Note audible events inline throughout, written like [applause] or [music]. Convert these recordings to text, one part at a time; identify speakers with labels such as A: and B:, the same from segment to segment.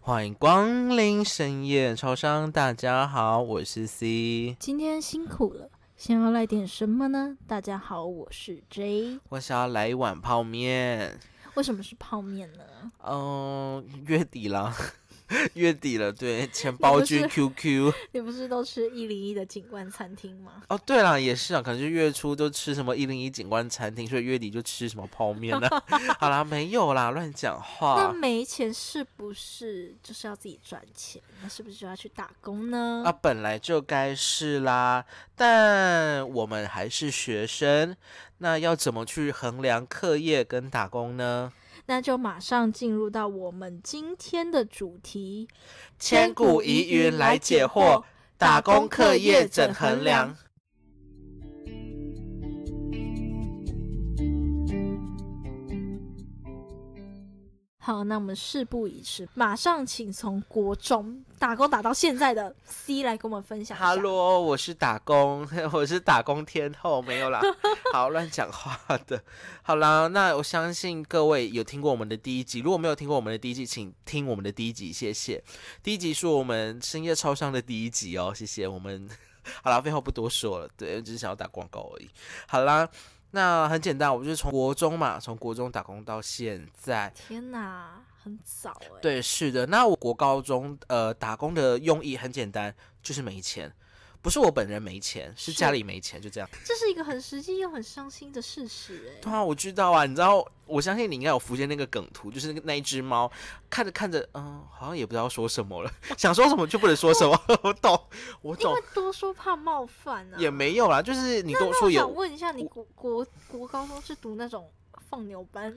A: 欢迎光临深夜超商，大家好，我是 C。
B: 今天辛苦了，想要来点什么呢？大家好，我是 J。
A: 我想要来一碗泡面。
B: 为什么是泡面呢？
A: 嗯、月底了， [laughs] 月底了，对，钱包
B: 你
A: 君
B: 不
A: QQ。
B: 你不是都吃一零一的景观餐厅吗？
A: 哦，对了，也是啊，可能是月初都吃什么一零一景观餐厅，所以月底就吃什么泡面了。好啦，没有啦，乱讲
B: 那
A: 话
B: 没钱是不是就是要自己赚钱？那是不是就要去打工呢？
A: 啊，本来就该是啦，但我们还是学生，那要怎么去衡量课业跟打工呢？
B: 那就马上进入到我们今天的主题：
A: 千古疑云来解惑，打工课业怎衡量？
B: 好，那我们事不宜迟，马上请从国中打工打到现在的 C 来跟我们分享一下。
A: Hello，我是打工， [laughs] 我是打工天后，没 [laughs] 有啦，好乱讲话的。好啦，那我相信各位有听过我们的第一集，如果没有听过我们的第一集，请听我们的第一集，谢谢。第一集是我们深夜超商的第一集哦，谢谢我们。 [laughs] 好啦，废话不多说了，对，我只是想要打广告而已。好啦，那很简单，我就是从国中嘛，从国中打工到现在，
B: 天哪，很早哎、
A: 对，是的。那我国高中呃打工的用意很简单，就是没钱。不是我本人没钱，是
B: 是
A: 家里没钱，就这样。
B: 这是一个很实际又很伤心的事实哎、
A: 对啊，我知道啊，你知道，我相信你应该有浮现那个梗图，就是那个那一只猫，看着看着，嗯，好像也不知道说什么了， [laughs] 想说什么就不能说什么。 [laughs] 我懂，我
B: 因
A: 懂
B: 为，多说怕冒犯啊。
A: 也没有啦，就是你跟我
B: 那
A: 说
B: 我
A: 有
B: 想问一下，你国国国高中是读那种放牛班？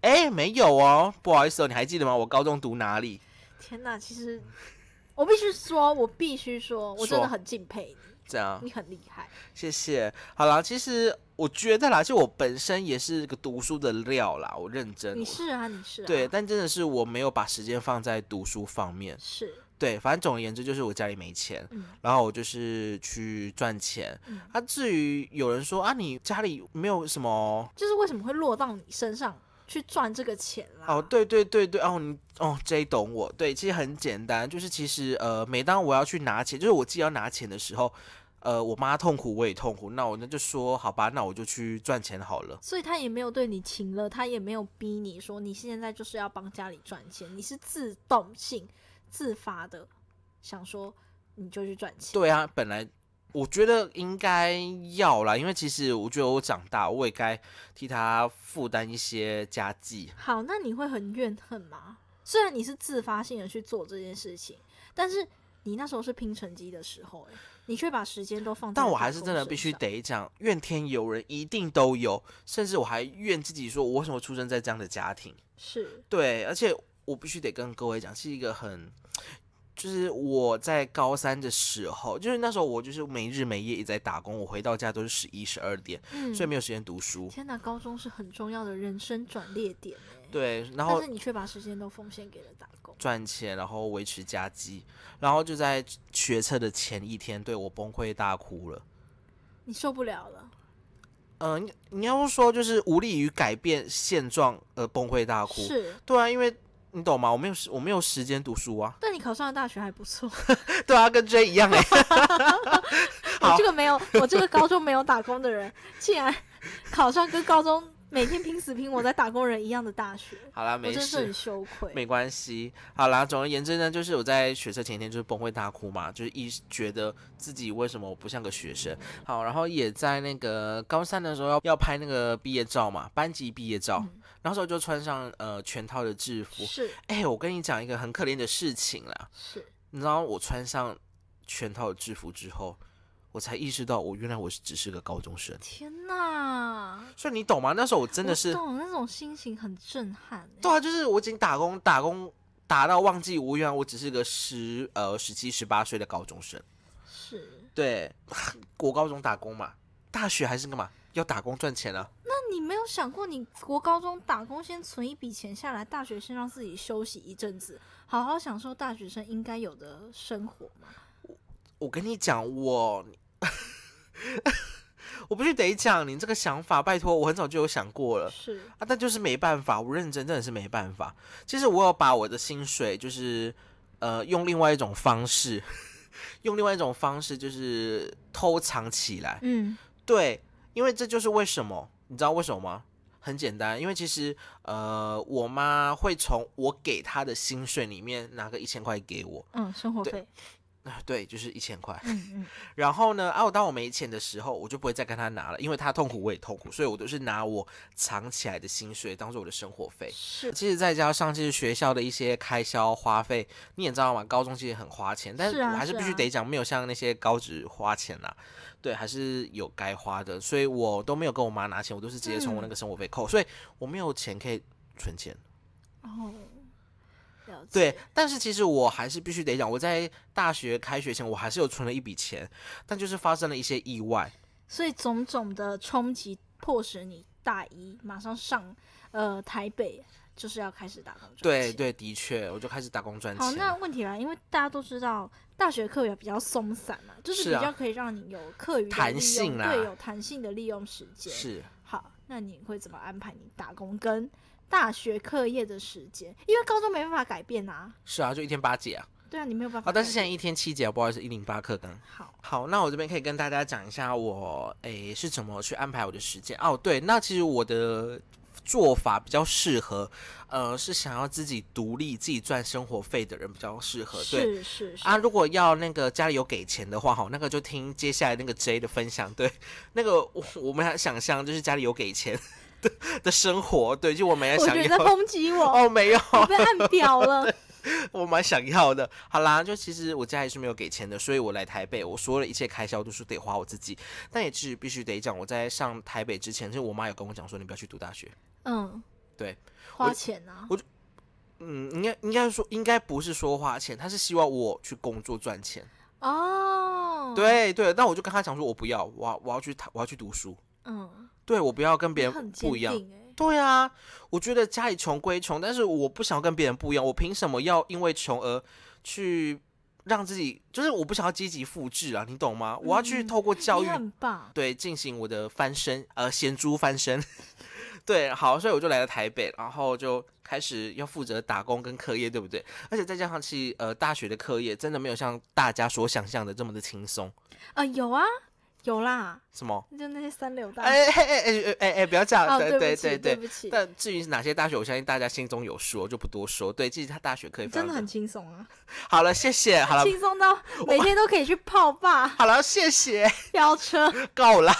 A: 哎、没有哦，不好意思哦，你还记得吗？我高中读哪里？
B: 天哪，其实我必须说，我必须说，我真的很敬佩你，
A: 这样，
B: 你很厉害。
A: 谢谢。好啦，其实我觉得啦，就我本身也是个读书的料啦，我认真。
B: 你是啊，你是啊，
A: 对，，但真的是我没有把时间放在读书方面。
B: 是
A: 对，反正总而言之就是我家里没钱，
B: 嗯
A: 然后我就是去赚钱。
B: 嗯
A: 啊，至于有人说啊，你家里没有什么
B: 就是为什么会落到你身上去赚这个钱啦？
A: 哦，对对对对，哦，你哦，J 懂我，对，其实很简单，就是其实呃，每当我要去拿钱，就是我自己要拿钱的时候，呃，我妈痛苦，我也痛苦，那我那就说好吧，那我就去赚钱好了。
B: 所以他也没有对你情了，他也没有逼你说你现在就是要帮家里赚钱，你是自动性、自发的想说你就去赚钱。
A: 对啊，本来我觉得应该要啦，因为其实我觉得我长大，我也该替他负担一些家计。
B: 好，那你会很怨恨吗？虽然你是自发性的去做这件事情，但是你那时候是拼成绩的时候、欸，你却把时间都放在。
A: 但我还是真的必须。得讲，怨天尤人，一定都有，甚至我还怨自己，说我为什么出生在这样的家庭。
B: 是，
A: 对，而且我必须得跟各位讲，是一个很，就是我在高三的时候，就是那时候我就是没日没夜一直在打工，我回到家都是十一十二点，
B: 嗯
A: 所以没有时间读书。
B: 天哪，高中是很重要的人生转捩点、欸，
A: 对，然后
B: 但是你却把时间都奉献给了打工。
A: 赚钱，然后维持家计，然后就在学测的前一天，对我崩溃大哭了。
B: 你受不了了，
A: 嗯、你你要说就是无力于改变现状而崩溃大哭，
B: 是，
A: 对啊，因为你懂吗？我没有时我没有时间读书啊， [laughs]
B: 但你考上了大学还不错。
A: 对啊，跟 J 一样哎、
B: 我这个没有，我这个高中没有打工的人， [laughs] 竟然考上跟高中每天拼死拼活在打工人一样的大学，
A: [laughs] 好啦，
B: 我
A: 没
B: 真是很
A: 事。
B: 羞愧。嗯
A: 没关系，好啦。总而言之呢，就是我在学测前一天就是崩溃大哭嘛，就是一觉得自己为什么我不像个学生。好，然后也在那个高三的时候要要拍那个毕业照嘛，班级毕业照，那时候就穿上呃全套的制服。
B: 是
A: 哎、我跟你讲一个很可怜的事情啦，
B: 是，
A: 你知道我穿上全套的制服之后，我才意识到我原来我是只是个高中生。
B: 天哪！
A: 所以你懂吗？那时候我真的
B: 我
A: 是，
B: 懂那种心情很震撼欸、
A: 对啊，就是我已经打工打工打到忘记我原来我只是个十呃十七十八岁的高中生。
B: 是。
A: [laughs] 对，我高中打工嘛，大学还是干嘛？要打工赚钱啊。
B: 那你没有想过，你国高中打工先存一笔钱下来，大学先让自己休息一阵子，好好享受大学生应该有的生活吗？
A: 我跟你讲，我 [laughs] 我必须得讲，你这个想法，拜托，我很早就有想过了
B: 是
A: 啊，但就是没办法，我认真真的是没办法。其实我有把我的薪水，就是呃，用另外一种方式， [laughs] 用另外一种方式，就是偷藏起来。
B: 嗯
A: 对，因为这就是为什么，你知道为什么吗？很简单，因为其实呃，我妈会从我给她的薪水里面拿个一千块给我， [laughs]
B: 嗯，生活
A: 对
B: 费，
A: 啊，对，就是一千块。
B: 嗯嗯
A: 然后呢，啊，我当我没钱的时候，我就不会再跟她拿了，因为她痛苦，我也痛苦，所以我都是拿我藏起来的薪水当做我的生活费。
B: 是
A: 其实再加上就是学校的一些开销花费，你也知道嘛，高中其实很花钱，但
B: 是啊
A: 我还是
B: 是
A: 必须
B: 啊
A: 得讲，没有像那些高职花钱啦、对，还是有该花的，所以我都没有跟我妈拿钱，我都是直接
B: 嗯
A: 从我那个生活费扣，所以我没有钱可以存钱。
B: 哦，了解，
A: 对，但是其实我还是必须得讲，我在大学开学前，我还是有存了一笔钱，但就是发生了一些意外，
B: 所以种种的冲击迫使你大一马上上呃台北，就是要开始打工赚
A: 对
B: 钱。
A: 对，的确，我就开始打工赚
B: 好，
A: 钱。
B: 那问题来，因为大家都知道大学课也比较松散嘛，就是
A: 是
B: 比
A: 啊
B: 较可以让你有课余的
A: 弹
B: 利用
A: 性啦
B: 对，有弹性的利用时间。
A: 是
B: 好，那你会怎么安排你打工跟大学课业的时间？因为高中没办法改变啊，
A: 是啊，就一天八节啊，
B: 对啊，你没有办法
A: 啊，
B: 改变。
A: 但是现在一天七节啊，不好意思，一零八课纲。
B: 好，
A: 好，那我这边可以跟大家讲一下我诶是怎么去安排我的时间哦。对，那其实我的做法比较适合，呃，是想要自己独立自己赚生活费的人比较适合。对
B: 是是是
A: 啊，如果要那个家里有给钱的话，哈，那个就听接下来那个 J 的分享。对，那个我我们还想象就是家里有给钱 [laughs] 的的生活，对，就我们也
B: 我
A: 想
B: 觉得在
A: 要。
B: 抨击
A: [laughs]
B: 我，
A: 哦，没有，
B: 我被按表了。
A: 我蛮想要的。好啦，就其实我家里是没有给钱的，所以我来台北，我所有的一切开销都是得花我自己。但也是必须得讲，我在上台北之前，就是我妈有跟我讲说，你不要去读大学。
B: 嗯，
A: 对，
B: 花
A: 我
B: 钱啊，
A: 嗯，应该应该说应该不是说花钱，她是希望我去工作赚钱。
B: 哦，，
A: 对对，那我就跟她讲说，我不要，我要我要去台我要去读书，
B: 嗯，
A: 对我不要跟别
B: 你很
A: 人
B: 坚
A: 不一样。
B: 定欸
A: 对啊，我觉得家里穷归穷，但是我不想要跟别人不一样，我凭什么要因为穷而去让自己？就是我不想要阶级复制啊，你懂吗？我要去
B: 嗯
A: 透过教育
B: 你很棒，
A: 对进行我的翻身，呃，咸猪翻身。 [laughs] 对，好，所以我就来了台北，然后就开始要负责打工跟课业，对不对？而且再加上其实呃大学的课业真的没有像大家所想象的这么的轻松，
B: 啊，有啊，有啦，
A: 什么？
B: 就那些三流大学，
A: 哎哎哎哎哎哎，不要这样，
B: 哦，
A: 对
B: 不
A: 对
B: 起，
A: 对对，
B: 对不起，
A: 但至于是哪些大学，我相信大家心中有数，我就不多说。对，其实他大学可以非常
B: 真的
A: 多
B: 很轻松啊，
A: 好了，谢谢，好了，
B: 轻松到每天都可以去泡吧、
A: 好了，谢谢， [laughs]
B: 飙车，
A: 够了。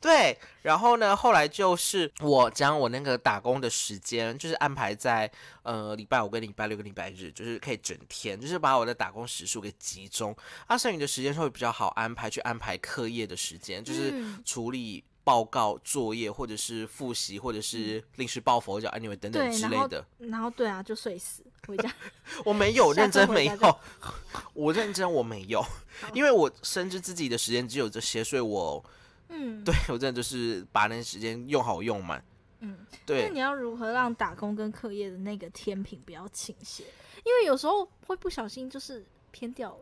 A: 对，然后呢，后来就是我将我那个打工的时间，就是安排在呃礼拜五跟礼拜六跟礼拜日，就是可以整天，就是把我的打工时数给集中，啊，剩余的时间会比较好安排去安排课业的时间，就是
B: 嗯
A: 处理。报告、作业，或者是复习，或者是临时抱佛脚，anyway 等等
B: 嗯对，
A: 之
B: 然
A: 类
B: 后
A: 的。
B: 然后对啊，就睡死回家，
A: 我没有
B: 下
A: 认
B: 次
A: 真
B: 回
A: 没
B: 家再哦
A: 有， [laughs] 我认真我没有， [laughs] 因为我深知自己的时间只有这些，所以我
B: 嗯，
A: [laughs] 对我真的就是把那时间用好用满。
B: 嗯，那
A: 对
B: 你要如何让打工跟课业的那个天平不要倾斜？因为有时候会不小心就是偏掉了，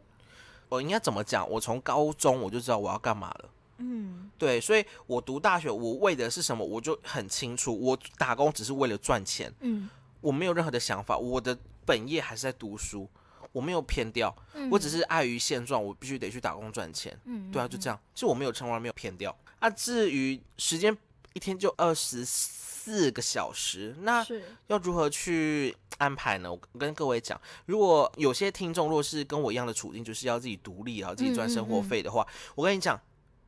A: 我应该怎么讲？我从高中我就知道我要干嘛了。
B: 嗯，
A: 对，所以我读大学，我为的是什么，我就很清楚。我打工只是为了赚钱，
B: 嗯
A: 我没有任何的想法，我的本业还是在读书，我没有偏掉，
B: 嗯，
A: 我只是碍于现状，我必须得去打工赚钱。
B: 嗯，
A: 对啊，
B: 嗯
A: 就
B: 嗯
A: 这样。其实我没有从来没有骗掉啊。至于时间，一天就二十四个小时，那
B: 是
A: 要如何去安排呢？我跟各位讲，如果有些听众若是跟我一样的处境，就是要自己独立啊，自己赚生活
B: 嗯嗯嗯
A: 费的话，我跟你讲，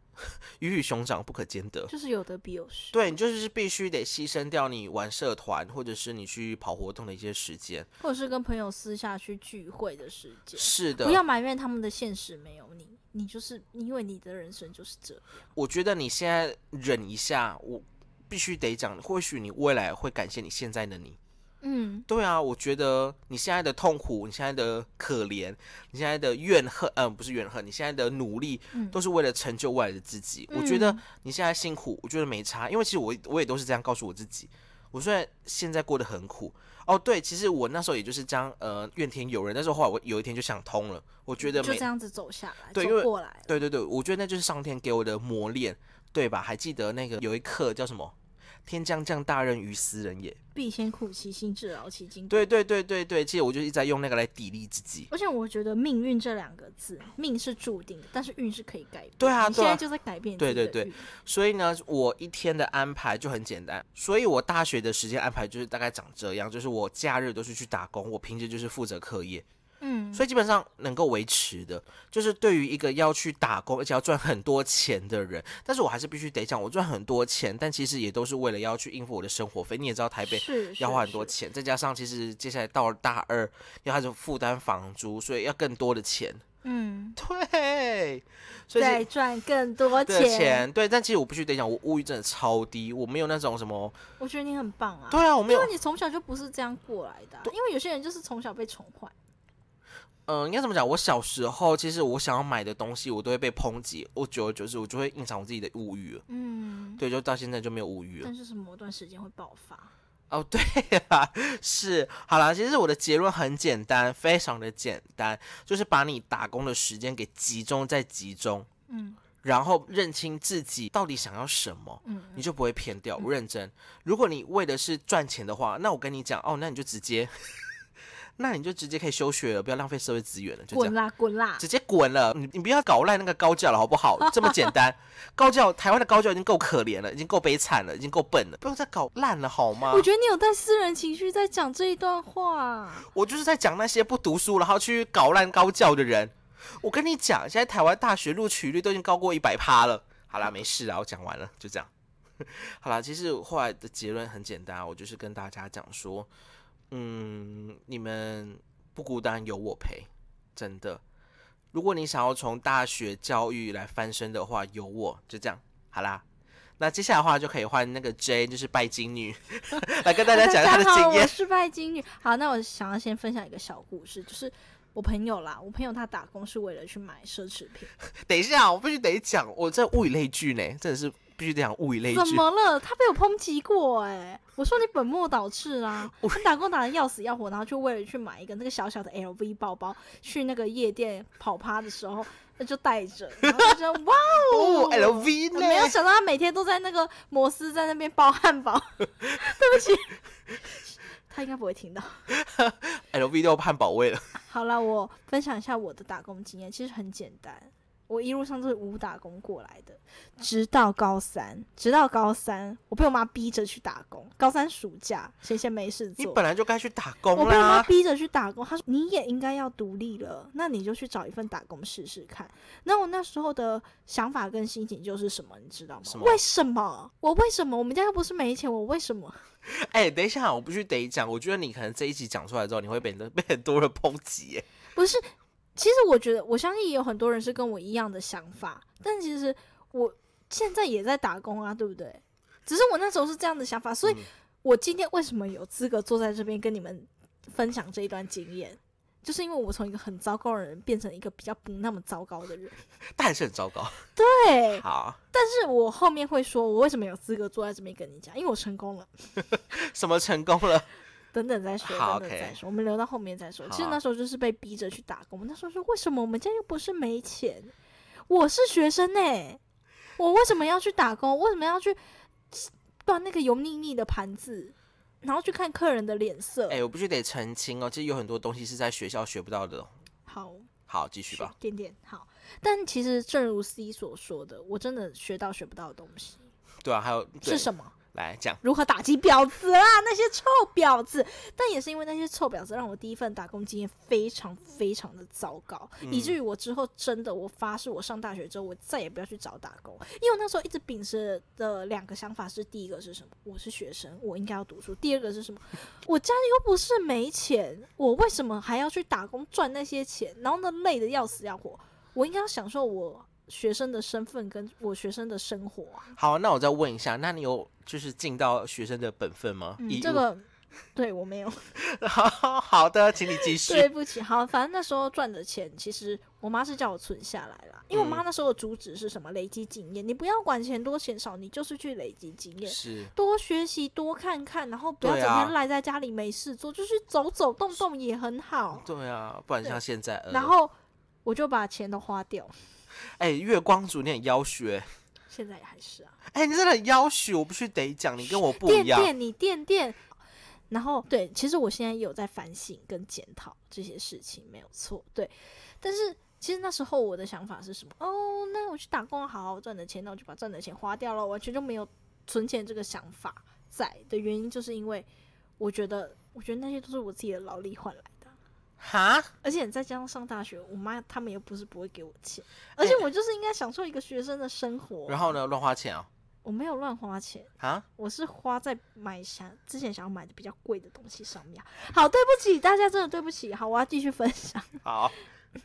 A: [laughs] 鱼与熊掌不可兼得。
B: 就是有得必有
A: [laughs]
B: 失。
A: 对你就是必须得牺牲掉你玩社团或者是你去跑活动的一些时间。
B: 或者是跟朋友私下去聚会的时间，
A: 是的，
B: 不要埋怨他们的现实没有你，你就是因为你的人生就是这样。
A: 我觉得你现在忍一下，我必须得讲，或许你未来会感谢你现在的你。
B: 嗯，
A: 对啊，我觉得你现在的痛苦，你现在的可怜，你现在的怨恨，嗯、不是怨恨，你现在的努力
B: 嗯
A: 都是为了成就未来的自己。我觉得你现在辛苦，我觉得没差，因为其实我我也都是这样告诉我自己。我虽然现在过得很苦，哦，对，其实我那时候也就是将呃怨天尤人，但是后来我有一天就想通了，我觉得
B: 就
A: 没
B: 这样子走下来，
A: 对
B: 走
A: 因为
B: 过来了。
A: 对对对，我觉得那就是上天给我的磨练，对吧？还记得那个有一课叫什么？天将降大任于斯人也。
B: 必先苦其心志，劳其筋骨。
A: 对对对对对，其实我就一直在用那个来砥砺自己。
B: 而且我觉得“命运”这两个字，命是注定的，但是运是可以改变的。
A: 对啊
B: 你
A: 对
B: 现在
A: 啊
B: 就在改变。
A: 对对对，所以呢，我一天的安排就很简单。所以我大学的时间安排就是大概长这样，就是我假日都是去打工，我平时就是负责课业。
B: 嗯，
A: 所以基本上能够维持的，就是对于一个要去打工而且要赚很多钱的人，但是我还是必须得讲，我赚很多钱，但其实也都是为了要去应付我的生活费。你也知道台北
B: 是
A: 要
B: 是
A: 花很多
B: 是
A: 钱，再加上其实接下来到了大二要开始负担房租，所以要更多的钱。
B: 嗯，
A: 对，所以是
B: 再赚更多
A: 对钱对，但其实我必须得讲，我物欲真的超低，我没有那种什么，
B: 我觉得你很棒啊。
A: 对啊，我没
B: 因
A: 有
B: 为，你从小就不是这样过来的啊、
A: 对
B: 因为有些人就是从小被宠坏。
A: 嗯、应该怎么讲？我小时候其实我想要买的东西，我都会被抨击，我久而久之我就会隐藏我自己的物欲了。
B: 嗯，
A: 对，就到现在就没有物欲了。
B: 但是是某段时间会爆发。
A: 哦，对啊，是，好啦，其实我的结论很简单，非常的简单，就是把你打工的时间给集中在集中，
B: 嗯
A: 然后认清自己到底想要什么，
B: 嗯，
A: 你就不会偏掉。认真，如果你为的是赚钱的话，那我跟你讲，哦，那你就直接， [laughs] 那你就直接可以休学了，不要浪费社会资源了，就这
B: 滚
A: 样。
B: 啦滚啦！
A: 直接滚了！你你不要搞烂那个高教了，好不好？这么简单， [laughs] 高教台湾的高教已经够可怜了，已经够悲惨了，已经够笨了，不用再搞烂了好吗？
B: 我觉得你有带私人情绪在讲这一段话。
A: 我就是在讲那些不读书然后去搞烂高教的人。我跟你讲，现在台湾大学录取率都已经高过一百趴了。好啦，没事啦，我讲完了，就这样。 [laughs] 好啦，其实后来的结论很简单啊，我就是跟大家讲说，嗯，你们不孤单，有我陪，真的。如果你想要从大学教育来翻身的话，有我，就这样。好啦，那接下来的话就可以换那个 J，就是拜金女， [laughs] 来跟大家讲她的
B: 大家好，
A: 经验
B: 我。是拜金女。好，那我想要先分享一个小故事，就是我朋友啦，我朋友他打工是为了去买奢侈品。
A: 等一下，我必须得讲，我这物以类聚呢，真的是必须得讲物以类
B: 怎
A: 聚。
B: 么了？他被我抨击过哎、我说你本末倒置啊！他打工打的要死要活，然后就为了去买一个那个小小的 LV 包包，去那个夜店跑趴的时候，那就带着，然后就
A: [laughs]
B: 觉得哇
A: 哦
B: 哦
A: ，LV
B: 没有
A: 呢？
B: 想到他每天都在那个摩斯在那边包汉堡， [laughs] 对不起，他应该不会听到。
A: LV 都有汉堡味了。
B: 好了，我分享一下我的打工经验，其实很简单，我一路上都是无打工过来的，直到高三，直到高三，我被我妈逼着去打工。高三暑假闲闲没事
A: 你
B: 做，
A: 本来就该去打
B: 我
A: 工
B: 被我妈
A: 啦。
B: 逼着去打工，她说你也应该要独立了，那你就去找一份打工试试看。那我那时候的想法跟心情就是什么，你知道吗
A: 什？么
B: 为什么我为什么我们家又不是没钱，我为什么？
A: 哎、等一下，我必须得讲，我觉得你可能这一集讲出来之后，你会被被很多人抨击耶。
B: 不是，其实我觉得，我相信也有很多人是跟我一样的想法，但其实我现在也在打工啊，对不对？只是我那时候是这样的想法，所以
A: 嗯
B: 我今天为什么有资格坐在这边跟你们分享这一段经验，就是因为我从一个很糟糕的人变成一个比较不那么糟糕的人。
A: 但还是很糟糕。
B: 对，
A: 好，
B: 但是我后面会说，我为什么有资格坐在这边跟你讲，因为我成功了。
A: 什么成功了？
B: 等等再说，
A: 好
B: 等等
A: OK
B: 再说，我们留到后面再说。
A: 好啊
B: 其实那时候就是被逼着去打工，我那时候说为什么我们家又不是没钱，我是学生呢、我为什么要去打工？为什么要去端那个油腻腻的盘子，然后去看客人的脸色？
A: 哎、我必须得澄清哦，其实有很多东西是在学校学不到的哦。
B: 好，
A: 好，继续吧。
B: 点点好。但其实正如 C 所说的，我真的学到学不到的东西
A: 对啊，还有对
B: 是什么？
A: 来讲，
B: 如何打击婊子啦，那些臭婊子。但也是因为那些臭婊子，让我第一份打工经验非常非常的糟糕，以至于我之后真的，我发誓，我上大学之后，我再也不要去找打工，因为我那时候一直秉持的两个想法是：第一个是什么？我是学生，我应该要读书；第二个是什么？我家里又不是没钱，我为什么还要去打工赚那些钱？然后呢，累得要死要活，我应该要享受我。学生的身份跟我学生的生活啊，
A: 好，那我再问一下，那你有就是尽到学生的本分吗？义
B: 嗯，
A: 务
B: 这个对我没有，
A: 好 [laughs] 好的，请你继续。
B: 对不起，好，反正那时候赚的钱，其实我妈是叫我存下来啦，因为
A: 嗯
B: 我妈那时候的主旨是什么？累积经验，你不要管钱多钱少，你就是去累积经验，
A: 是，
B: 多学习，多看看，然后不要
A: 对
B: 整
A: 啊
B: 天赖在家里没事做，就去走走动动也很好。
A: 对啊，不然像现在，呃
B: 然后我就把钱都花掉，
A: 哎、月光族你很要学，
B: 现在也还是啊。
A: 哎、你真的很要许，我必须得讲，你跟我不
B: 垫
A: 一样。
B: 垫，你垫垫。然后对，其实我现在也有在反省跟检讨这些事情，没有错。对，但是其实那时候我的想法是什么？哦，那我去打工好好赚的钱，那我就把赚的钱花掉了，完全就没有存钱这个想法在的原因，就是因为我觉得，我觉得那些都是我自己的劳力换来的。
A: 哈，
B: 而且再加上上大学，我妈他们又不是不会给我钱，而且我就是应该享受一个学生的生活。
A: 哎然后呢，乱花钱啊、
B: 我没有乱花钱，
A: 啊，
B: 我是花在买想之前想要买的比较贵的东西上面。啊好，对不起大家，真的对不起。好，我要继续分享。
A: 好，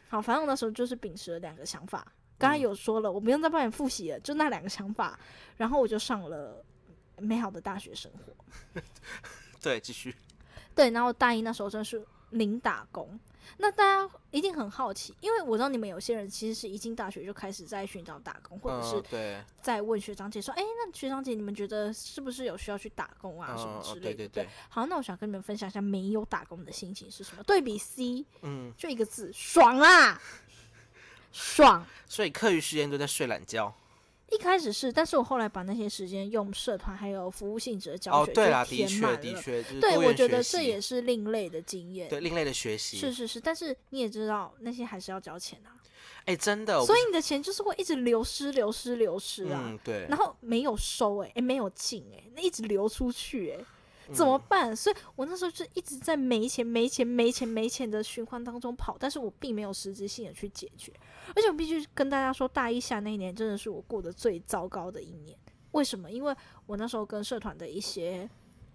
B: 好，反正我那时候就是秉持了两个想法，
A: 嗯
B: 刚才有说了，我不用再帮你复习了，就那两个想法，然后我就上了美好的大学生活。
A: 对，继续。
B: 对，然后大一那时候真是零打工。那大家一定很好奇，因为我知道你们有些人其实是一进大学就开始在寻找打工，或者是
A: 嗯、对，
B: 在问学长姐说：“哎、那学长姐，你们觉得是不是有需要去打工啊，什么
A: 嗯，
B: 之
A: 嗯
B: 类的？”
A: 对对对，
B: 好，那我想跟你们分享一下没有打工的心情是什么。对比 C，
A: 嗯，
B: 就一个字，爽啊，爽。
A: 所以课余时间都在睡懒觉。
B: 一开始是，但是我后来把那些时间用社团还有服务性质的教
A: 哦，
B: 学、
A: 对啦，
B: 就
A: 的
B: 填满
A: 确
B: 了。
A: 的确，就是
B: 对，
A: 多
B: 我
A: 元学
B: 觉得
A: 习
B: 这也是另类的经验。
A: 对另类的学习。
B: 是是是，但是你也知道，那些还是要交钱啊，
A: 哎、真的，我
B: 所以你的钱就是会一直流失、流失、流失啊。
A: 嗯，对，
B: 然后没有收哎、欸，没有进哎、那一直流出去哎、
A: 嗯
B: 怎么办？所以我那时候就一直在没钱、没钱、没钱、没钱的循环当中跑，但是我并没有实质性的去解决。而且我必须跟大家说，大一下那一年真的是我过得最糟糕的一年。为什么？因为我那时候跟社团的一些，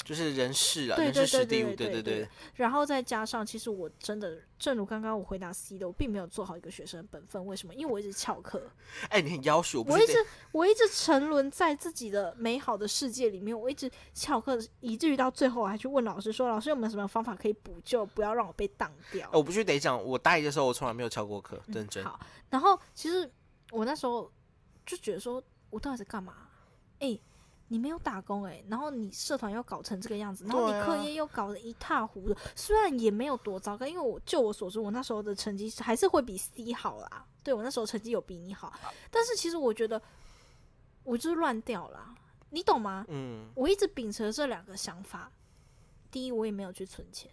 A: 就是人事啊，
B: 对
A: 人
B: 对
A: 事
B: 对
A: 实地
B: 对
A: 物，对
B: 对对
A: 对，
B: 然后再加上，其实我真的，正如刚刚我回答 C 的，我并没有做好一个学生的本分。为什么？因为我一直翘课。
A: 哎、你很要求，我不
B: 我
A: 是
B: 一
A: 得
B: 直我一直沉沦在自己的美好的世界里面，我一直翘课，以至于到最后我还去问老师说：“老师有没有什么方法可以补救，不要让我被当掉
A: 哎？”我必须得讲，我大一的时候我从来没有翘过课，认真。
B: 嗯好，然后其实我那时候就觉得说，我到底在干嘛？哎、你没有打工哎、然后你社团又搞成这个样子，然后
A: 对
B: 你
A: 啊
B: 课业又搞得一塌糊涂，虽然也没有多糟糕，因为我就我所知，我那时候的成绩还是会比 C 好啦。对我那时候成绩有比你好，但是其实我觉得我就是乱掉啦，你懂吗？
A: 嗯，
B: 我一直秉持着这两个想法：第一，我也没有去存钱，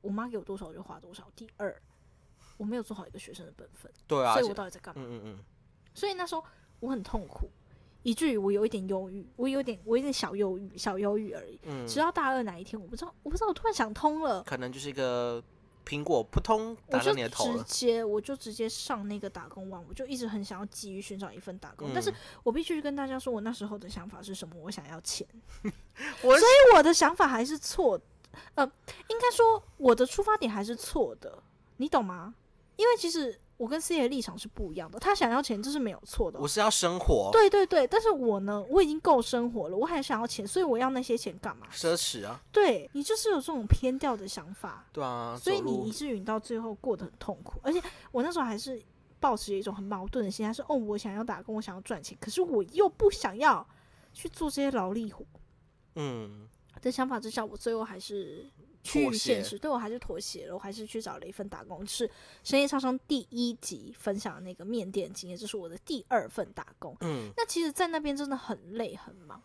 B: 我妈给我多少我就花多少；第二，我没有做好一个学生的本分，
A: 对啊，
B: 所
A: 而
B: 以
A: 且
B: 我到底在干嘛？
A: 嗯嗯嗯，
B: 所以那时候我很痛苦，以至于我有一点忧郁，我有点我有点小忧郁，小忧郁而已。
A: 嗯
B: 直到大二哪一天，我不知道，我不知道，我突然想通了，
A: 可能就是一个苹果扑通
B: 我
A: 打到
B: 就
A: 你的头
B: 直
A: 了。
B: 接我就直接上那个打工网，我就一直很想要急于寻找一份打工，
A: 嗯
B: 但是我必须跟大家说，我那时候的想法是什么？我想要
A: [laughs]
B: 钱，
A: 我
B: 所以我的想法还是错，呃，应该说我的出发点还是错的，你懂吗？因为其实我跟 C 的立场是不一样的，他想要钱这是没有错的哦、
A: 我是要生活，
B: 对对对，但是我呢，我已经够生活了，我还想要钱，所以我要那些钱干嘛？
A: 奢侈啊，
B: 对你就是有这种偏掉的想法，
A: 对啊，
B: 所以
A: 走
B: 你
A: 路
B: 以至于你到最后过得很痛苦。而且我那时候还是抱持一种很矛盾的心态，是哦，我想要打工，我想要赚钱，可是我又不想要去做这些劳力活
A: 嗯，
B: 的想法之下，我最后还是趋于
A: 妥协
B: 现实，对我还是妥协了，我还是去找了一份打工，是《深夜超商》第一集分享的那个面店经验，这是我的第二份打工。
A: 嗯，
B: 那其实，在那边真的很累很忙，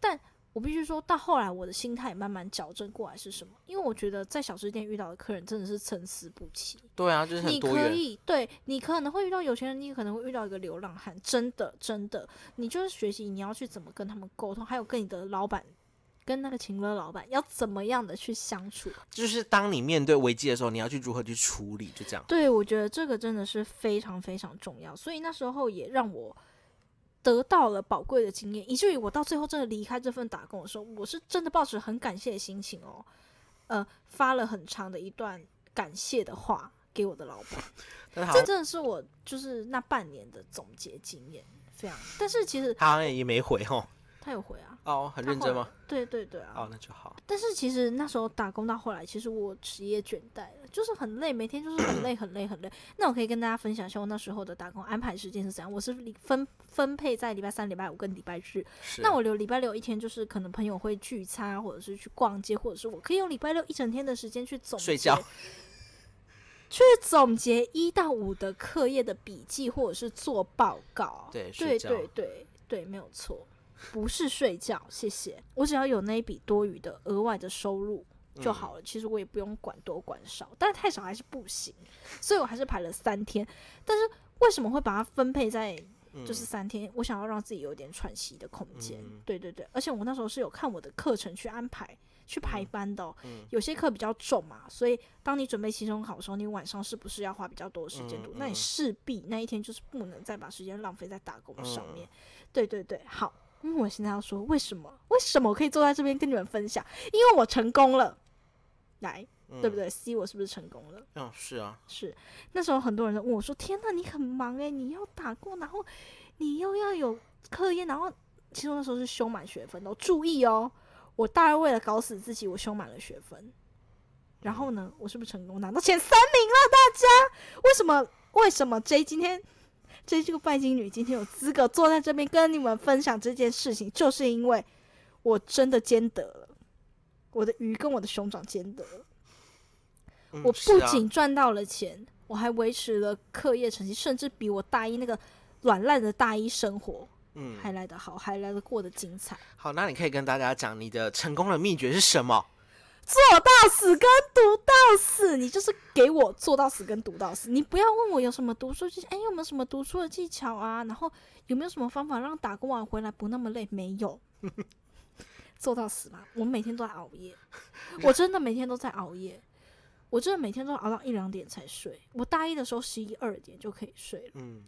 B: 但我必须说到后来，我的心态也慢慢矫正过来是什么？因为我觉得在小吃店遇到的客人真的是参差不齐，
A: 对啊，就是很
B: 你
A: 多
B: 可
A: 元，
B: 以对你可能会遇到有钱人，你可能会遇到一个流浪汉，真的真的，你就是学习你要去怎么跟他们沟通，还有跟你的老板。跟那个情乐老板要怎么样的去相处？
A: 就是当你面对危机的时候，你要去如何去处理，就这样。
B: 对我觉得这个真的是非常非常重要，所以那时候也让我得到了宝贵的经验，以至于我到最后真的离开这份打工的时候，我是真的抱持很感谢的心情哦，呃，发了很长的一段感谢的话给我的老板。
A: 但是好
B: 这
A: 像
B: 真的是我就是那半年的总结经验，非常。但是其实
A: 他好像也没回哦，
B: 他有回啊，
A: 哦，很认真吗？
B: 他后来？对对对啊。
A: 哦，那就好。
B: 但是其实那时候打工到后来，其实我职业倦怠了，就是很累，每天就是很累很累很累。那我可以跟大家分享一下我那时候的打工安排时间是怎样。我是礼分分配在礼拜三、礼拜五跟礼拜日。
A: 是
B: 那我留礼拜六一天，就是可能朋友会聚餐啊，或者是去逛街，或者是我可以用礼拜六一整天的时间去总结
A: 睡觉
B: 去总结一到五的课业的笔记或者是做报告。
A: 对
B: 对
A: 睡觉
B: 对对对，没有错，不是睡觉，谢谢。我只要有那一笔多余的额外的收入
A: 嗯
B: 就好了，其实我也不用管多管少，但是太少还是不行，所以我还是排了三天。但是为什么会把它分配在就是三天，我想要让自己有点喘息的空间。
A: 嗯
B: 对对对，而且我那时候是有看我的课程去安排、去排班的哦、
A: 嗯
B: 有些课比较重嘛，所以当你准备期中考的时候，你晚上是不是要花比较多的时间读？
A: 嗯
B: 那你
A: 嗯
B: 势必那一天就是不能再把时间浪费在打工上面。
A: 嗯
B: 对对对，好。因为我现在要说，为什么？为什么我可以坐在这边跟你们分享？因为我成功了，来，
A: 嗯
B: 对不？对？C，我是不是成功了？
A: 嗯，是啊，
B: 是，那时候很多人都问我说：“天呐，你很忙诶、你要打工，然后你又要有课业，然后其实我那时候是修满学分的哦。注意哦，我大二为了搞死自己，我修满了学分。然后呢，我是不是成功拿到前三名了？大家为什么？为什么 J 今天 J 这个拜金女今天有资格坐在这边跟你们分享这件事情，就是因为我真的兼得了，我的鱼跟我的熊掌兼得了。
A: 嗯
B: 我
A: 是
B: 不
A: 啊
B: 仅赚到了钱，我还维持了课业成绩，甚至比我大一那个软烂的大一生活
A: 嗯
B: 还来得好，还来得过得精彩。
A: 好，那你可以跟大家讲你的成功的秘诀是什么？
B: 做到死跟读到死，你就是给我做到死跟读到死。你不要问我有什么读书技巧，哎，有没有什么读书的技巧啊？然后有没有什么方法让打工完回来不那么累？没
A: [laughs]
B: 有，做到死吧。我每天都在熬
A: [laughs]
B: 夜，我真的每天都在熬夜，我真的每天都熬到一两点才睡。我大一的时候十一二点就可以睡了，
A: 嗯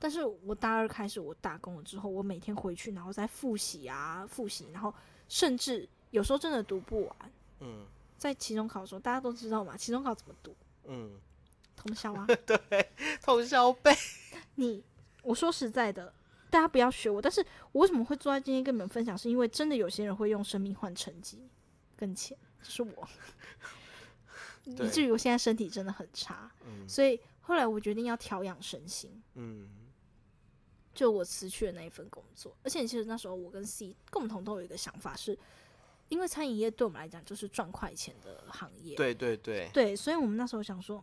B: 但是我大二开始我打工了之后，我每天回去然后再复习啊复习，然后甚至有时候真的读不完。
A: 嗯
B: 在期中考的时候，大家都知道嘛，期中考怎么读？
A: 嗯，
B: 通宵
A: [laughs]
B: 啊！
A: 通宵背。
B: 你，我说实在的，大家不要学我。但是我为什么会坐在今天跟你们分享，是因为真的有些人会用生命换成绩跟钱，就是我，
A: 对
B: 以至于我现在身体真的很差，
A: 嗯
B: 所以后来我决定要调养身心。
A: 嗯
B: 就我辞去的那一份工作，而且其实那时候我跟 C 共同都有一个想法是，因为餐饮业对我们来讲就是赚快钱的行业，
A: 对对对，
B: 对，所以我们那时候想说，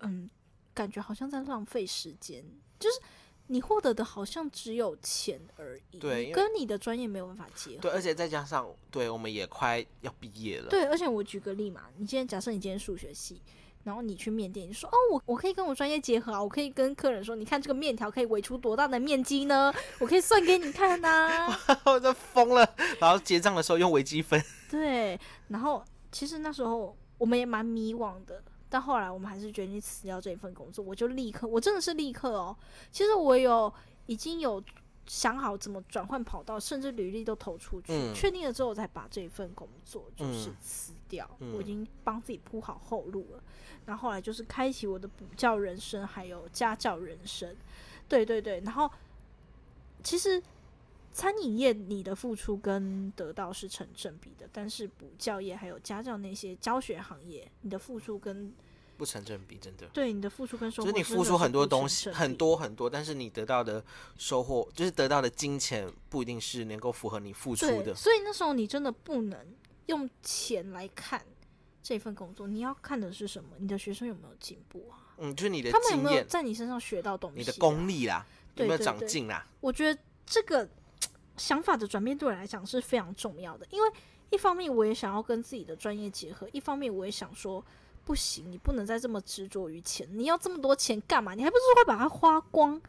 B: 嗯，感觉好像在浪费时间，就是你获得的好像只有钱而已，
A: 对
B: 你
A: 因为
B: 跟你的专业没有办法结合。
A: 对，而且再加上，对我们也快要毕业了。
B: 对，而且我举个例嘛，你今天假设你今天数学系，然后你去面店，你说哦，我我可以跟我专业结合啊，我可以跟客人说，你看这个面条可以围出多大的面积呢？我可以算给你看啊
A: [laughs]
B: 呐、
A: [laughs] 我都疯了。然后结账的时候用微积分。
B: 对，然后其实那时候我们也蛮迷惘的，但后来我们还是决定辞掉这一份工作。我就立刻，我真的是立刻哦。其实我有已经有想好怎么转换跑道，甚至履历都投出去，
A: 嗯
B: 确定了之后，我才把这一份工作就是
A: 嗯
B: 辞掉。
A: 嗯
B: 我已经帮自己铺好后路了。然后后来就是开启我的补教人生，还有家教人生。对对对，然后其实餐饮业你的付出跟得到是成正比的，但是补教业还有家教那些教学行业，你的付出跟
A: 不成正比，真的。
B: 对你的付出跟收
A: 就是
B: 获真的
A: 你
B: 是
A: 付出很多
B: 不成
A: 东西，
B: 正比
A: 很多很多，但是你得到的收获，就是得到的金钱，不一定是能够符合你付出
B: 对，
A: 的。
B: 所以那时候你真的不能用钱来看这份工作，你要看的是什么？你的学生有没有进步啊？
A: 嗯，就是你的
B: 他们有
A: 经
B: 没有
A: 验、
B: 在你身上学到东西、
A: 你的功，力啦，有
B: 对
A: 没有
B: 对
A: 长
B: 对
A: 进啦？
B: 我觉得这个想法的转变对我来讲是非常重要的，因为一方面我也想要跟自己的专业结合，一方面我也想说。不行，你不能再这么执着于钱。你要这么多钱干嘛？你还不是会把它花光？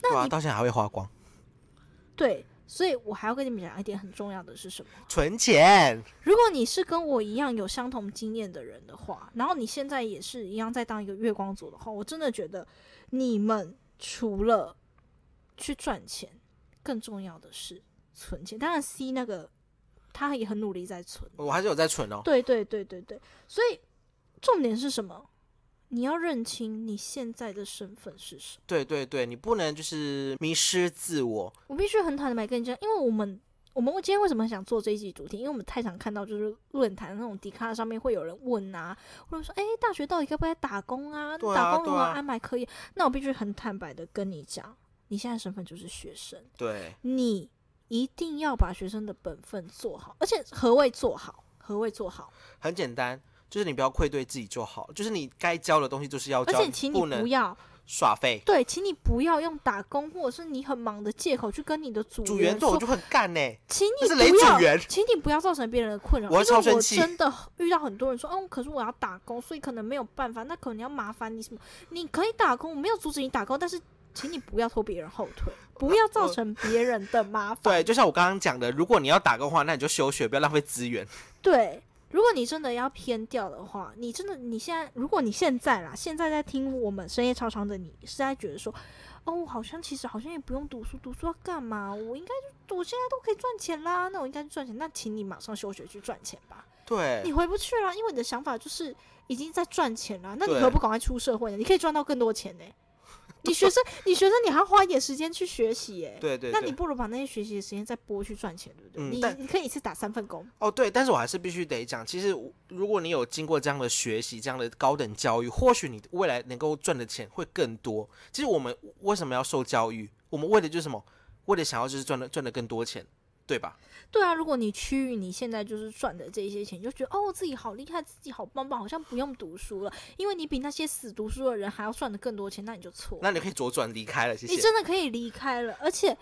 A: 对啊，到现在还会花光，
B: 对，所以我还要跟你们讲一点很重要的是什么？
A: 存钱。
B: 如果你是跟我一样有相同经验的人的话，然后你现在也是一样在当一个月光族的话，我真的觉得你们除了去赚钱，更重要的是存钱。当然，C 那个他也很努力在存，
A: 我还是有在存哦。
B: 对对对对对，所以重点是什么？你要认清你现在的身份是什么。
A: 对对对，你不能就是迷失自我。
B: 我必须很坦白跟你讲，因为我们我们今天为什么想做这一集主题？因为我们太常看到就是论坛那种迪卡上面会有人问啊，或者说哎、诶大学到底该不该打工啊？
A: 对啊
B: 打工如何
A: 对啊
B: 安排课业？那我必须很坦白的跟你讲，你现在身份就是学生，
A: 对，
B: 你一定要把学生的本分做好。而且何谓做好？何谓做好？
A: 很简单，就是你不要愧对自己就好，就是你该交的东西就是要
B: 而
A: 交，
B: 且请你
A: 不
B: 不
A: 能
B: 要，
A: 耍废。
B: 对，请你不要用打工或者是你很忙的借口去跟你的组
A: 组员对我
B: 说，
A: 就很干呢、
B: 请
A: 那
B: 你
A: 是
B: 不
A: 雷组
B: [laughs] 要，
A: 员
B: 请你不要造成别人的困扰。
A: 我会超
B: 因为
A: 生
B: 我
A: 气
B: 真的遇到很多人说，嗯，可是我要打工，所以可能没有办法，那可能要麻烦你什么？你可以打工，我没有阻止你打工，但是请你不要拖别人后
A: [laughs]
B: 腿，不要造成别人的麻烦。
A: 对，就像我刚刚讲的，如果你要打工的话，那你就休学，不要浪费资源。
B: 对，如果你真的要偏掉的话，你真的你现在，如果你现在啦，现在在听我们深夜超长的你，是在觉得说，哦，好像其实好像也不用读书，读书要干嘛？我应该就我现在都可以赚钱啦，那我应该去赚钱，那请你马上休学去赚钱吧，你
A: 对，
B: 回不去啦，因为你的想法就是已经在赚钱啦，那你
A: 对
B: 何不赶快出社会呢？你可以赚到更多
A: [laughs]
B: 钱呢、你学生，你学生，你还要花一点时间去学习耶、
A: 对对
B: 那你
A: 对。
B: 不如把那些学习的时间再拨去赚钱，对不
A: 嗯
B: 对？
A: 但
B: 你你可以一次打三份工。
A: 哦，对，但是我还是必须得讲，其实我如果你有经过这样的学习、这样的高等教育，或许你未来能够赚的钱会更多。其实我们为什么要受教育？我们为的就是什么？为了想要就是赚的赚的更多钱，对吧？
B: 对啊，如果你趋于你现在就是赚的这一些钱，你就觉得哦自己好厉害，自己好棒棒，好像不用读书了，因为你比那些死读书的人还要赚的更多钱，那你就错了，
A: 那你可以左转离开了，谢
B: 你
A: 谢。
B: 真的可以离开了。而且，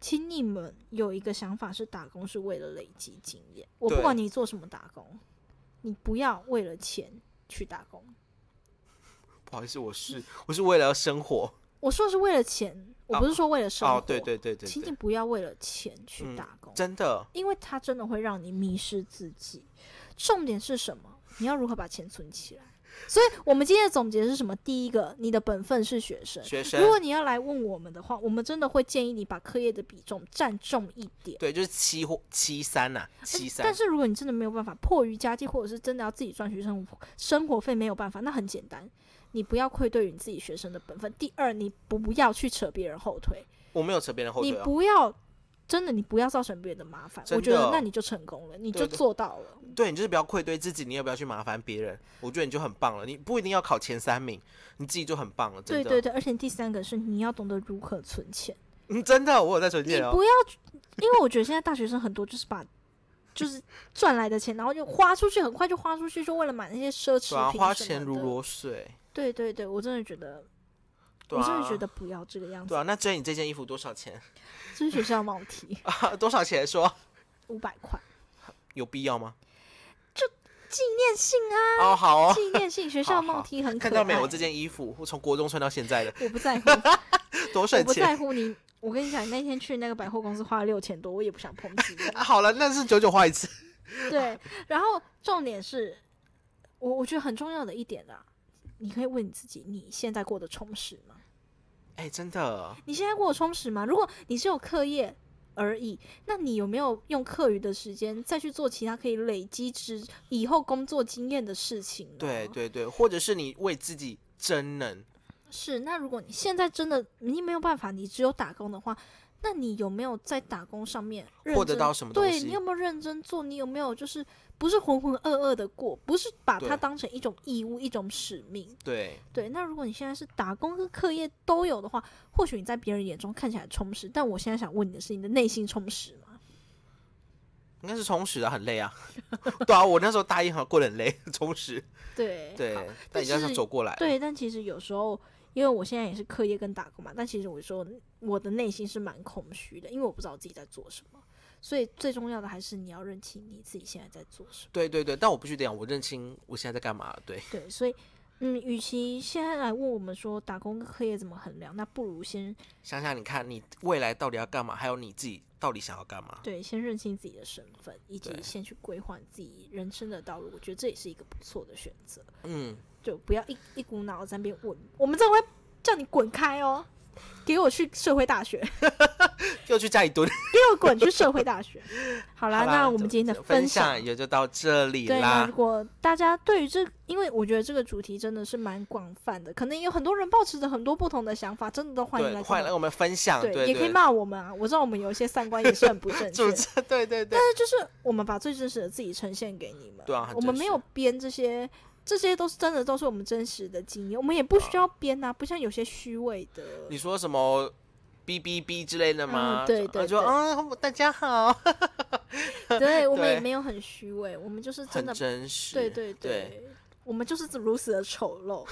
B: 请你们有一个想法是，打工是为了累积经验。我不
A: 对
B: 管你做什么打工，你不要为了钱去打工。
A: 不好意思，我是我是为了要生活。
B: 我说的是为了钱，我
A: 哦
B: 不是说为了生活。
A: 哦，对对对对
B: 请你
A: 对，
B: 不要为了钱去
A: 嗯
B: 打工。
A: 真的，
B: 因为它真的会让你迷失自己。重点是什么？你要如何把钱存起来？所以我们今天的总结是什么？第一个，你的本分是学生。
A: 学生
B: 如果你要来问我们的话，我们真的会建议你把课业的比重占重一点。
A: 对，就是七或七三呐，七三。
B: 但是如果你真的没有办法，迫于家境，或者是真的要自己赚学生生活费，没有办法，那很简单，你不要愧对于你自己学生的本分。第二，你不要去扯别人后腿，
A: 我没有扯别人后
B: 你
A: 腿哦。
B: 不要真的你不要造成别人的麻烦。
A: 真
B: 我觉得
A: 的哦
B: 那你就成功了，你就
A: 对对
B: 做到了。
A: 对你就是不要愧对自己，你也不要去麻烦别人。我觉得你就很棒了，你不一定要考前三名，你自己就很棒了，真
B: 对
A: 的。哦
B: 对对，而且第三个是你要懂得如何存钱，
A: 嗯，真的，我有在存
B: 你
A: 钱哦。
B: 不要，因为我觉得现在大学生很多就是把就是赚来的钱，然后就花出去，很快就花出去，就为了买那些奢侈
A: 对啊，
B: 品，
A: 花钱如。流水。
B: 对对对，我真的觉得，
A: 对
B: 我
A: 啊，
B: 真的觉得不要这个样子
A: 对。啊，那 J 你这件衣服多少钱？ [laughs]
B: 这是学校帽题，
A: 啊，多少钱说？
B: 五百块，
A: 有必要吗？
B: 纪念性
A: 哦，好
B: 啊，
A: 哦，
B: 纪念性，学校
A: 好
B: 帽
A: 好
B: 题很可爱。
A: 看到没有？我这件衣服，我从国中穿到现在的，
B: 我不在
A: [laughs]
B: 乎，我
A: 多省
B: 不
A: 钱
B: 在乎你。我跟你讲，那天去那个百货公司花了六千多，我也不想碰瓷。
A: 啊！ [laughs] 好了，那是九九花一次。
B: 对，然后重点是，我我觉得很重要的一点啊，你可以问你自己，你现在过得充实吗？
A: [laughs] 哎，真的，
B: 你现在过得充实吗？如果你只有课业而已，那你有没有用课余的时间再去做其他可以累积之以后工作经验的事情呢？
A: 对，对对，或者是你为自己真能，
B: 是。那如果你现在真的你没有办法，你只有打工的话。那你有没有在打工上面认
A: 获得
B: 真
A: 到什么东
B: 对
A: 西
B: 你有没有认真做？你有没有就是不是浑浑噩噩的过？不是把
A: 对
B: 它当成一种义务、一种使命？
A: 对，
B: 对。那如果你现在是打工跟课业都有的话，或许你在别人眼中看起来充实，但我现在想问你的是，你的内心充实吗？
A: 应该是充实的，很累啊。 [laughs] 对啊，我那时候大一好像过得很累，充实。
B: 对
A: 对
B: 哎好，
A: 但你这样
B: 是
A: 走过来，
B: 对，但其实有时候。因为我现在也是课业跟打工嘛，但其实我说我的内心是蛮空虚的，因为我不知道我自己在做什么，所以最重要的还是你要认清你自己现在在做什么。
A: 对对对，但我必须得啊讲，我认清我现在在干嘛了。对，
B: 对，所以，嗯，与其现在来问我们说打工跟课业怎么衡量，那不如先
A: 想想你看，你未来到底要干嘛，还有你自己到底想要干嘛。
B: 对先认清自己的身份，以及
A: 对
B: 先去规划你自己人生的道路。我觉得这也是一个不错的选择，
A: 嗯，
B: 就不要一一股脑在那边问，我们这会叫你滚开哦，给我去社会大学， [laughs] 给
A: 又去家里蹲。
B: 我滚去社会大
A: [laughs]
B: 学。好啦，
A: 好啦
B: 那我们
A: 就
B: 今天的
A: 就分
B: 享
A: 也就到这里
B: 对，那
A: 啦
B: 如。果大家对于这，因为我觉得这个主题真的是蛮广泛的，可能有很多人抱持着很多不同的想法，真的都欢迎来
A: 对，
B: 跟
A: 欢
B: 我
A: 迎来我们分享，
B: 对，
A: 对
B: 也可以
A: 对，
B: 骂我们啊。我知道我们有一些三观也是很不正
A: [laughs]
B: 确，
A: 主
B: 但
A: 持，对对对，
B: 是就是我们把最真实的自己呈现给你们。
A: 对啊很
B: 我们
A: 真
B: 没
A: 实
B: 有编这些，这些都是真的，都是我们真实的经验，我们也不需要编啊，不像有些虚伪的。
A: 你说什么？哔哔哔之类的吗？
B: 嗯对
A: 啊
B: 对
A: 就
B: 对
A: 啊，大家好，
B: 对我们也
A: 对
B: 没有很虚伪，我们就是真
A: 很
B: 的，
A: 真实。
B: 对对
A: 对，
B: 我们就是如此的丑
A: [laughs]
B: 陋。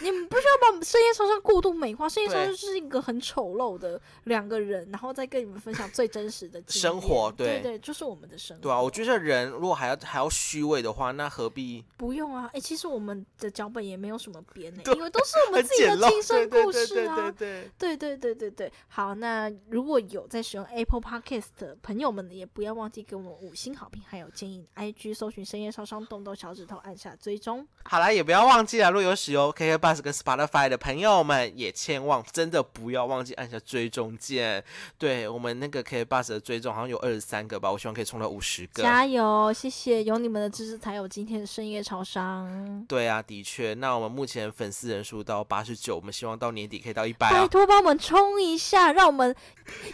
B: 你们不需要把我们深夜超商过度美化，深夜超商
A: 对
B: 就是一个很丑陋的两个人，然后再跟你们分享最真实的经
A: 生
B: 验
A: 活
B: 对
A: 对
B: 对，就是我们的生活。
A: 对啊，我觉得人如果还要还要虚伪的话，那何必？
B: 不用啊，哎、其实我们的脚本也没有什么
A: [laughs]
B: 编呢、
A: 对
B: 因为都是我们
A: 很
B: 自己
A: 简
B: 的
A: 陋，
B: 亲身故
A: 对对
B: 事
A: 对对
B: 啊
A: 对。对。
B: 对对对对对，好，那如果有在使用 Apple Podcast 的朋友们呢，也不要忘记给我们五星好评，还有建议。IG 搜寻深夜烧伤，动动小指头，按下追踪。
A: 好啦，也不要忘记了，如果有使用 KK Bus 跟 Spotify 的朋友们，也千万真的不要忘记按下追踪键。对我们那个 KK Bus 的追踪好像有二十三个吧，我希望可以冲到五十个。
B: 加油，谢谢，有你们的支持才有今天的深夜超商。
A: 对啊，的确，那我们目前粉丝人数到八十九，我们希望到年底可以到一百
B: 拜
A: 啊。
B: 托帮我们冲一下，让我们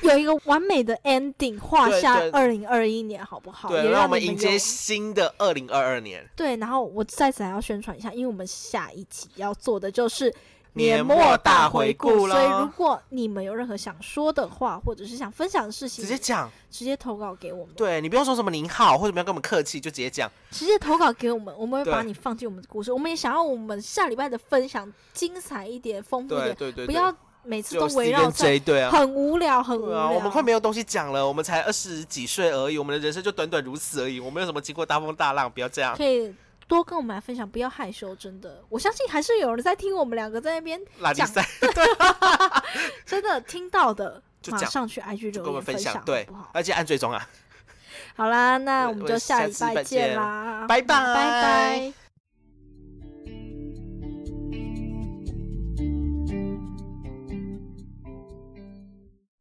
B: 有一个完美的 ending，画
A: 对
B: 下
A: 对
B: 二零二一年，好不好？
A: 对，
B: 也
A: 让我
B: 你们
A: 迎
B: 有
A: 接新的二零二二年
B: 对，然后我在此还要宣传一下，因为我们下一集要做的就是
A: 年末大
B: 回
A: 回顾
B: 所以如
A: 咯
B: 果你们有任何想说的话，或者是想分享的事情，
A: 直接讲。
B: 直接投稿给我们，
A: 对你不用说什么您好，或者不要跟我们客气，就直接讲。
B: 直接投稿给我们，我们会把
A: 对
B: 你放进我们的故事。我们也想要我们下礼拜的分享精彩一点、丰富一
A: 对
B: 点，
A: 对对，
B: 不
A: 对
B: 要每次
A: 只
B: 都
A: 有
B: 围
A: C
B: 绕
A: 跟
B: 在
A: J 对啊。
B: 很无聊、很无
A: 对
B: 聊。
A: 啊，我们快没有东西讲了，我们才二十几岁而已，我们的人生就短短如此而已，我们有什么经过大风大浪？不要这样，
B: 可以多跟我们来分享，不要害羞，真的，我相信还是有人在听我们两个在那边
A: 拉力
B: 讲
A: 赛
B: 真的听到的，
A: 就
B: 马
A: 讲
B: 上去 IG
A: 就跟我
B: 留言
A: 们分
B: 享，
A: 享，对
B: 好不好，？
A: 而且按追踪啊。
B: 好啦，那
A: 我
B: 我们
A: 我
B: 就
A: 下
B: 下礼
A: 次
B: 拜
A: 再
B: 见
A: 见
B: 啦，
A: 拜
B: 拜
A: 拜
B: 拜。